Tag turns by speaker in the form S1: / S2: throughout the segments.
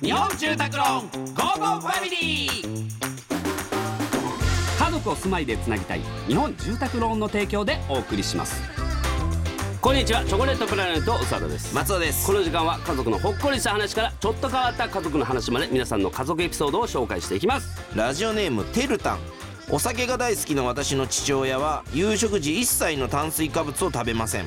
S1: 日本住宅ローンゴーゴーファミリー家族を住まいでつなぎたい日本住宅ローンの提供でお送りしますこんにちはチョコレートプラネット宇佐田です
S2: 松尾です
S1: この時間は家族のほっこりした話からちょっと変わった家族の話まで皆さんの家族エピソードを紹介していきます
S2: ラジオネームてるたんお酒が大好きな私の父親は夕食時一切の炭水化物を食べません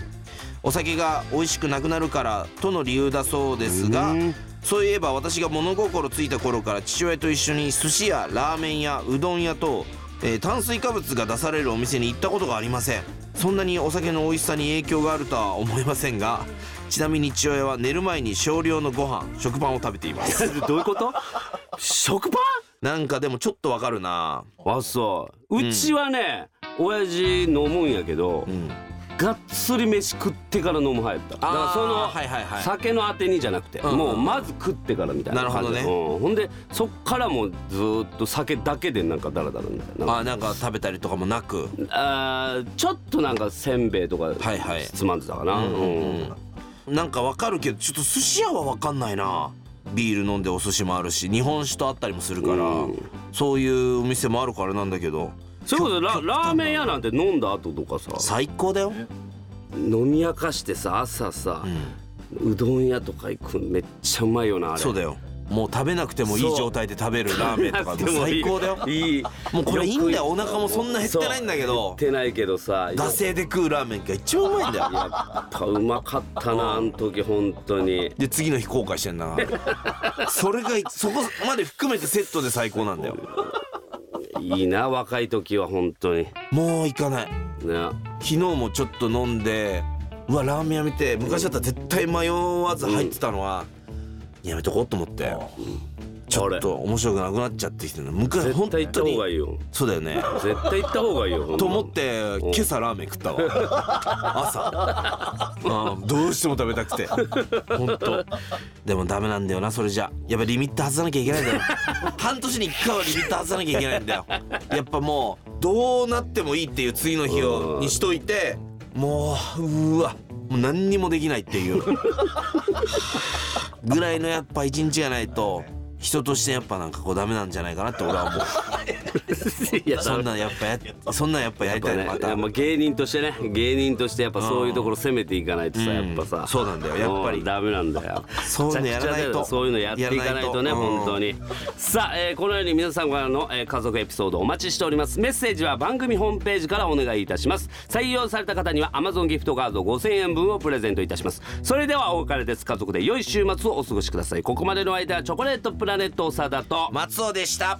S2: お酒が美味しくなくなるからとの理由だそうですが
S1: うん
S2: そういえば私が物心ついた頃から父親と一緒に寿司やラーメンやうどん屋と、えー炭水化物が出されるお店に行ったことがありませんそんなにお酒の美味しさに影響があるとは思いませんがちなみに父親は寝る前に少量のご飯食パンを食べています
S1: どういうこと 食パ
S2: なんかでもちょっとわかるな
S1: ンあそううちはね、親父飲むんやけど、
S2: うん
S1: がっつり飯食ってから飲む派やっただからその、
S2: はいはいはい
S1: 酒のあてにじゃなくて、
S2: うんうん
S1: もうまず食ってからみたいな感じ
S2: なるほ
S1: うんほんでそっからもうずーっと酒だけでなんかダラダラみたいななんか
S2: あなんか食べたりとかもなく
S1: あーちょっとなんかせんべいとか
S2: はいはい
S1: つまんでたかな、
S2: うんうんうんなんかわかるけどちょっと寿司屋はわかんないなビール飲んでお寿司もあるし日本酒とあったりもするから、
S1: うん
S2: そういうお店もあるからなんだけど
S1: そういうことララーメン屋なんて飲んだ後とかさ
S2: 最高だよ、
S1: 飲み明かしてさ朝さ
S2: う、ん
S1: うどん屋とか行くのめっちゃうまいよなあれ
S2: そうだよもう食べなくてもい
S1: そ
S2: いう状態で食べるラーメンとか
S1: でもいい
S2: 最高だよ
S1: いい
S2: もうこれいいんだよお腹もそんな減って
S1: そう
S2: ないんだけど
S1: 減ってないけどさ
S2: 惰性で食うラーメンが一番うまいんだよ
S1: やっぱうまかったなあの時本当に
S2: で次の日後悔してん なそれがそこまで含めてセットで最高なんだよ
S1: いいな若い時は本当にね
S2: もう行かない昨日もちょっと飲んでうわラーメン屋見て昔だったら絶対迷わず入ってたのは、やめとこうと思って、ちょっと面白くなくなっちゃってきてるの昔
S1: 絶
S2: 本
S1: 対行った
S2: 当
S1: 方
S2: に
S1: がいいよ
S2: そうだよね
S1: 絶対行った方がいいよほん
S2: と
S1: ま
S2: 思って今朝ラーメン食ったわ朝、うん、どうしても食べたくて本当でもダメなんだよなそれじゃやっぱリミット外さなきゃいけないんだよ半年に1回はリミット外さなきゃいけないんだよやっぱもうどうなってもいいっていう次の日をにしといてもううわもう何にもできないっていうぐらいのやっぱ一日がないと人としてやっぱなんかこうダメなんじゃないか なって俺は思う
S1: いや
S2: そんなんやっぱやそんなんやっぱやりたい
S1: ね
S2: なま
S1: い
S2: た
S1: やまあ芸人としてね芸人としてやっぱそういうところ攻めていかないとさ、
S2: うん
S1: やっぱさ
S2: そうなんだよやっぱり
S1: うんダメなんだよ
S2: そういうのやらない
S1: めち
S2: と
S1: ゃくちゃだよそういうのやっていかないとね
S2: やらないとうん
S1: 本当にさあ、えーこのように皆さんからの、えー家族エピソードお待ちしておりますメッセージは番組ホームページからお願いいたします採用された方には Amazon ギフトカード5000円分をプレゼントいたしますそれではお別れです家族で良い週末をお過ごしくださいここまでの間はチョコレートプラネット長田と
S2: 松尾でした